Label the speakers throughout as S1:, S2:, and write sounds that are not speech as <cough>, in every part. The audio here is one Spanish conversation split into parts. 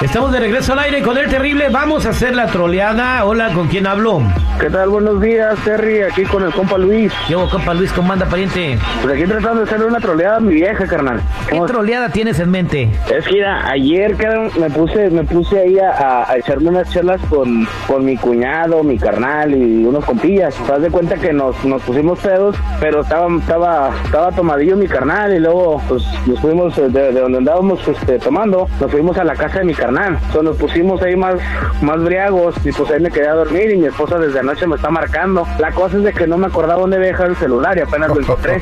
S1: Estamos de regreso al aire con el terrible. Vamos a hacer la troleada. Hola, ¿con quién hablo?
S2: ¿Qué tal? Buenos días, Terry. Aquí con el compa Luis.
S1: Yo, compa Luis, ¿cómo anda, pariente?
S2: Pues aquí tratando de hacerle una troleada a mi vieja, carnal.
S1: ¿Qué troleada tienes en mente?
S2: Es que mira, ayer carnal, me puse me puse ahí a, a- a echarme unas charlas con, con mi cuñado, mi carnal y unos compillas. Te das de cuenta que nos, nos pusimos pedos, pero estaba, estaba, estaba tomadillo mi carnal y luego pues nos fuimos eh, de, de donde andábamos este, tomando, nos fuimos a la casa de mi carnal. So, nos pusimos ahí más, más briagos y pues ahí me quedé a dormir y mi esposa desde anoche me está marcando. La cosa es de que no me acordaba dónde había dejado el celular y apenas lo encontré.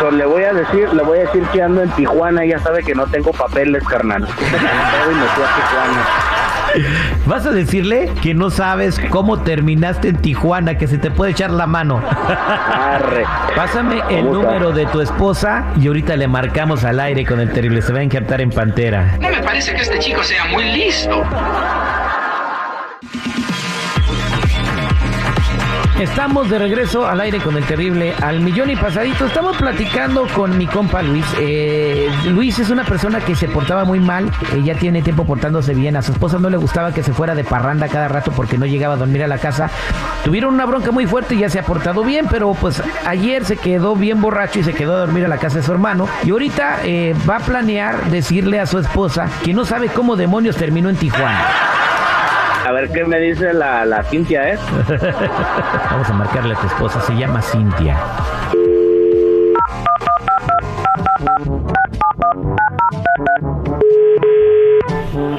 S2: So, le voy a decir, le voy a decir que ando en Tijuana, ella sabe que no tengo papeles, carnal. <laughs> Me pedo y me fui a Tijuana.
S1: Vas a decirle que no sabes cómo terminaste en Tijuana, que se te puede echar la mano.
S2: Arre.
S1: Pásame
S2: Me
S1: el
S2: gusta.
S1: número de tu esposa y ahorita le marcamos al aire con el terrible. Se va a encantar en Pantera.
S3: No me parece que este chico sea muy listo.
S1: Estamos de regreso al aire con el terrible al millón y pasadito. Estamos platicando con mi compa Luis. Eh, Luis es una persona que se portaba muy mal. eh, ya tiene tiempo portándose bien. A su esposa no le gustaba que se fuera de parranda cada rato porque no llegaba a dormir a la casa. Tuvieron una bronca muy fuerte y ya se ha portado bien, pero pues ayer se quedó bien borracho y se quedó a dormir a la casa de su hermano. Y ahorita eh, va a planear decirle a su esposa que no sabe cómo demonios terminó en Tijuana.
S2: A ver qué me dice la, la Cintia, ¿eh?
S1: Vamos a marcarle a tu esposa. Se llama Cintia.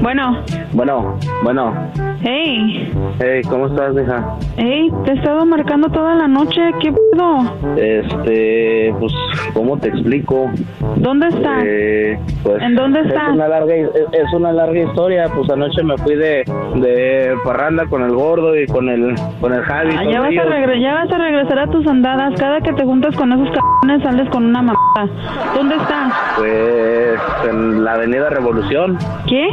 S4: Bueno,
S2: Bueno, bueno.
S4: hey,
S2: Hey, ¿cómo estás, hija?
S4: hey, te he estado marcando toda la noche, ¿qué pedo?
S2: Este, pues, ¿cómo te explico?
S4: ¿Dónde estás?
S2: Eh, pues,
S4: ¿En dónde
S2: Es
S4: estás?
S2: una larga, es, es una larga historia. Pues anoche me fui de, de parranda con el gordo y con el, con el Javi.
S4: Ah,
S2: con
S4: ya, vas a
S2: ellos.
S4: regre- ya vas a regresar a tus andadas, cada que te juntas con esos cabrones sales con una mamada. ¿Dónde estás?
S2: Pues, en la Avenida Revolución.
S4: ¿Qué?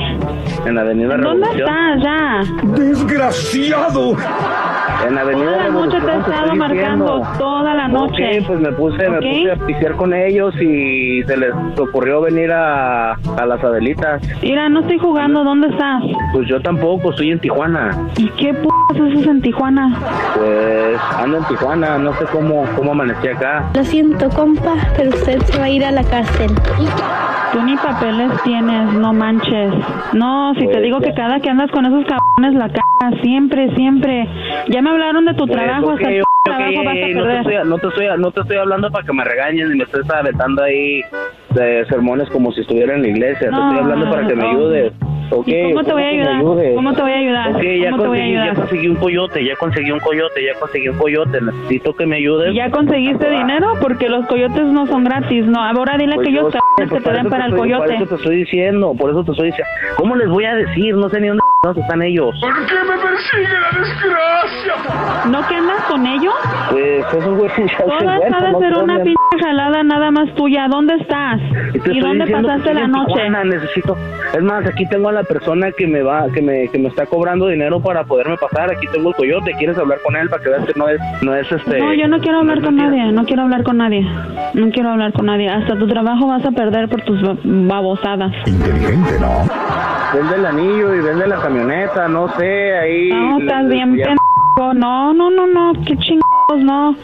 S2: En la Avenida
S4: ¿Dónde
S2: Revolución.
S4: estás ya?
S2: En la Avenida
S4: Toda la noche
S2: Revolución,
S4: te he estado
S2: estoy
S4: marcando,
S2: diciendo.
S4: toda la noche.
S2: Ok, pues me puse, me
S4: Ok.
S2: puse a pisear con ellos y se les ocurrió venir a, a las Adelitas.
S4: Mira, no estoy jugando, ¿dónde estás?
S2: Pues yo tampoco, estoy en Tijuana.
S4: ¿Y qué p*** haces en Tijuana?
S2: Pues ando en Tijuana, no sé cómo, cómo amanecí acá.
S5: Lo siento, compa, pero usted se va a ir a la cárcel.
S4: Tú ni papeles tienes, no manches. No, si te
S2: Pues,
S4: digo que
S2: ya.
S4: cada que andas con esos cabrones la cagas, siempre, siempre. Ya me hablaron de tu
S2: Pues,
S4: trabajo,
S2: ok,
S4: hasta el
S2: ok,
S4: trabajo vas a
S2: no, te
S4: perder.
S2: estoy, no, te estoy, no te estoy hablando para que me regañes ni me estés aventando ahí de sermones como si estuviera en la iglesia. te
S4: No,
S2: estoy hablando para que me
S4: no.
S2: ayudes. Ok,
S4: ¿Y cómo te voy a
S2: que me
S4: ayudar?
S2: ayudes?
S4: ¿Cómo te voy a ayudar?
S2: Ok, ya
S4: ¿Cómo te voy a
S2: conseguí, ya
S4: ayudar?
S2: conseguí un coyote, ya conseguí un coyote, ya conseguí un coyote. Necesito que me ayudes.
S4: ¿Y ¿Ya conseguiste dinero? Porque los coyotes no son gratis, no. Ahora dile
S2: Ah. Pues
S4: que
S2: yo
S4: ellos
S2: sé,
S4: cabrones
S2: pues
S4: que te den para el
S2: estoy- Por
S4: coyote.
S2: eso te estoy diciendo, por eso te estoy diciendo. ¿Cómo les voy a decir? No sé ni dónde chingados están ellos.
S3: ¿Por qué me persigue la desgracia?
S4: ¿No que andas con ellos?
S2: <laughs> Pues esos güeyes ya se
S4: Toda
S2: fueron,
S4: esta de
S2: no
S4: ser una
S2: cambian.
S4: pinche jalada nada más tuya. ¿Dónde estás?
S2: Y te
S4: ¿Y
S2: estoy diciendo
S4: dónde
S2: que
S4: pasaste
S2: estoy
S4: la
S2: en
S4: noche?
S2: Tijuana, necesito. Es más, aquí tengo a la persona que me va, que me, que me está cobrando dinero para poderme pasar. Aquí tengo el coyote. ¿Quieres hablar con él para que veas que no es, no es este?
S4: No, yo no quiero hablar
S2: es
S4: con
S2: mentira?
S4: nadie, no quiero hablar con nadie, no quiero hablar con nadie. Hasta tu trabajo vas a perder por tus ba- babosadas.
S6: Inteligente, ¿no?
S2: Vende el anillo y vende la camioneta, no sé, ahí.
S4: No, estás
S2: le-
S4: bien
S2: ya-
S4: pendejo. No, no, no, no, qué chingados, no.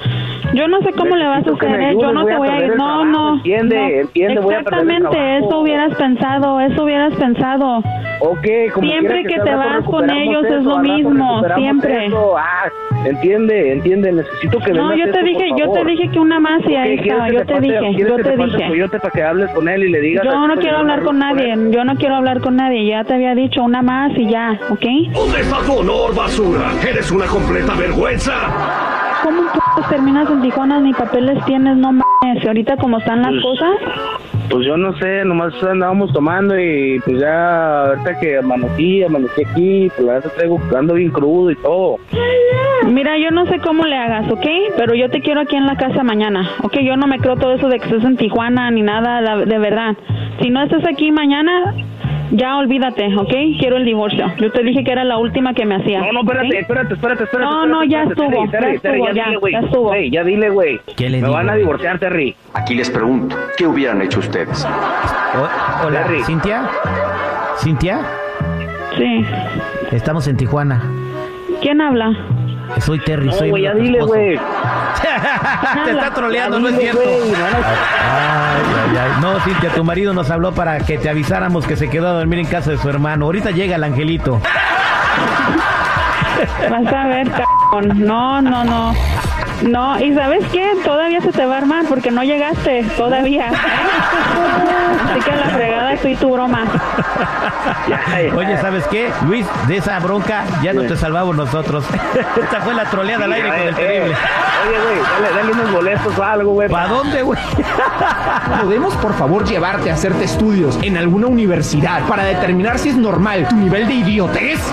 S4: Yo no sé cómo le vas a
S2: Necesito que
S4: hacer,
S2: me
S4: ¿eh? yo
S2: ayudes,
S4: no
S2: voy
S4: te
S2: a
S4: voy a
S2: perder
S4: ir.
S2: el
S4: No,
S2: trabajo,
S4: no.
S2: entiende,
S4: no.
S2: entiende, voy a perder el
S4: Exactamente,
S2: trabajo.
S4: eso hubieras pensado, eso hubieras pensado.
S2: Ok, como
S4: Siempre
S2: quiera
S4: que
S2: sea,
S4: te
S2: al rato
S4: vas con
S2: recuperamos
S4: ellos es
S2: eso,
S4: lo
S2: al rato
S4: mismo,
S2: recuperamos
S4: siempre.
S2: eso. Ah, entiende, entiende, necesito que
S4: No,
S2: vengas
S4: yo te
S2: eso,
S4: dije,
S2: por
S4: yo te
S2: favor.
S4: dije que una más y
S2: Ok,
S4: ahí
S2: ¿quieres
S4: estaba,
S2: que
S4: yo te
S2: pase-
S4: dije,
S2: ¿quieres
S4: yo
S2: que
S4: te
S2: pase el
S4: dije.
S2: coyote para que hables con él y le digas. este
S4: Yo no
S2: "Oye,
S4: quiero hablar con
S2: él".
S4: nadie, yo no quiero hablar con nadie, ya te había dicho una más y ya, ¿ok?
S7: ¿Dónde está tu honor, basura? ¡Eres una completa vergüenza!
S4: ¿Cómo p- terminas en Tijuana? Ni papeles tienes, no mames. Y ahorita como están las
S2: Pues-
S4: cosas,
S2: Pues yo no sé, nomás andábamos tomando y pues ya ahorita que amanecí, amanecí aquí, pues la verdad traigo ando bien crudo y todo.
S4: mira, yo no sé cómo le hagas, ¿ok? Pero yo te quiero aquí en la casa mañana, ¿ok? Yo no me creo todo eso de que estés en Tijuana ni nada, la- de verdad. Si no estás aquí mañana, ya olvídate, ¿ok? Quiero el divorcio. Yo te dije que era la última que me hacía.
S2: No, no, espérate,
S4: ¿ok?
S2: espérate, espérate, espérate.
S4: No, no, ya
S2: espérate, espérate, Terry,
S4: estuvo, ya
S2: Terry,
S4: estuvo,
S2: Terry,
S4: ya,
S2: dile, güey.
S4: ya estuvo.
S2: Güey, ya dile, güey.
S1: ¿Qué le
S2: Me
S1: digo?
S2: van a divorciar, Terry.
S8: Aquí les pregunto, ¿qué hubieran hecho ustedes?
S1: O- hola,
S2: Larry.
S1: Cintia. Cintia,
S4: Sí.
S1: estamos en Tijuana.
S4: ¿Quién habla?
S1: Soy Terry,
S2: No,
S1: soy
S2: güey, ya
S1: tu
S2: dile,
S1: esposo.
S2: güey.
S1: <laughs> Te está troleando, no es
S2: Dile,
S1: cierto. <laughs>
S2: güey, no, no.
S1: Ay, ay, ay. No, Cintia, tu marido nos habló para que te avisáramos que se quedó a dormir en casa de su hermano. Ahorita llega el angelito.
S4: Vas a ver, cabrón. No, no, no. No, y ¿sabes qué? Todavía se te va a armar porque no llegaste, todavía. Así que a la fregada soy tu broma.
S2: Ya, eh, ya.
S1: Oye, ¿sabes qué? Luis, de esa bronca ya no
S2: Sí.
S1: te salvamos nosotros. Esta fue la troleada al aire con el
S2: Eh, eh,
S1: terrible.
S2: Oye, güey, dale, dale unos boletos o algo, güey.
S1: ¿Para dónde, güey?
S6: Podemos por favor llevarte a hacerte estudios en alguna universidad para determinar si es normal tu nivel de idiotez.